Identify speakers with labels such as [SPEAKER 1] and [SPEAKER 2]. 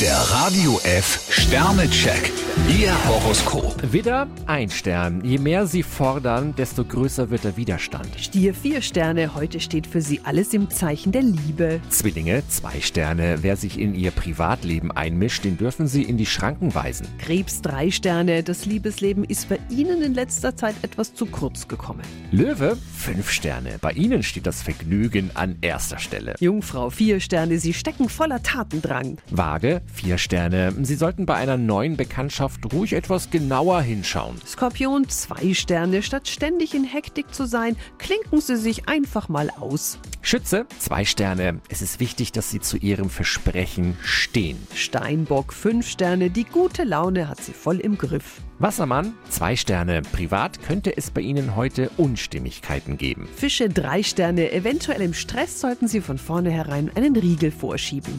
[SPEAKER 1] Der Radio F Sternecheck. Ihr Horoskop.
[SPEAKER 2] Widder, ein Stern. Je mehr Sie fordern, desto größer wird der Widerstand.
[SPEAKER 3] Stier vier Sterne, heute steht für Sie alles im Zeichen der Liebe.
[SPEAKER 2] Zwillinge, zwei Sterne. Wer sich in Ihr Privatleben einmischt, den dürfen Sie in die Schranken weisen.
[SPEAKER 3] Krebs drei Sterne, das Liebesleben ist bei Ihnen in letzter Zeit etwas zu kurz gekommen.
[SPEAKER 2] Löwe, fünf Sterne. Bei Ihnen steht das Vergnügen an erster Stelle.
[SPEAKER 3] Jungfrau vier Sterne, Sie stecken voller Tatendrang.
[SPEAKER 2] Waage, vier Sterne. Sie sollten bei einer neuen Bekanntschaft ruhig etwas genauer hinschauen.
[SPEAKER 3] Skorpion zwei Sterne, statt ständig in Hektik zu sein, klinken Sie sich einfach mal aus.
[SPEAKER 2] Schütze, zwei Sterne. Es ist wichtig, dass Sie zu Ihrem Versprechen stehen.
[SPEAKER 3] Steinbock fünf Sterne, die gute Laune hat Sie voll im Griff.
[SPEAKER 2] Wassermann, zwei Sterne. Privat könnte es bei Ihnen heute Unstimmigkeiten geben.
[SPEAKER 3] Fische drei Sterne, eventuell im Stress sollten Sie von vornherein einen Riegel vorschieben.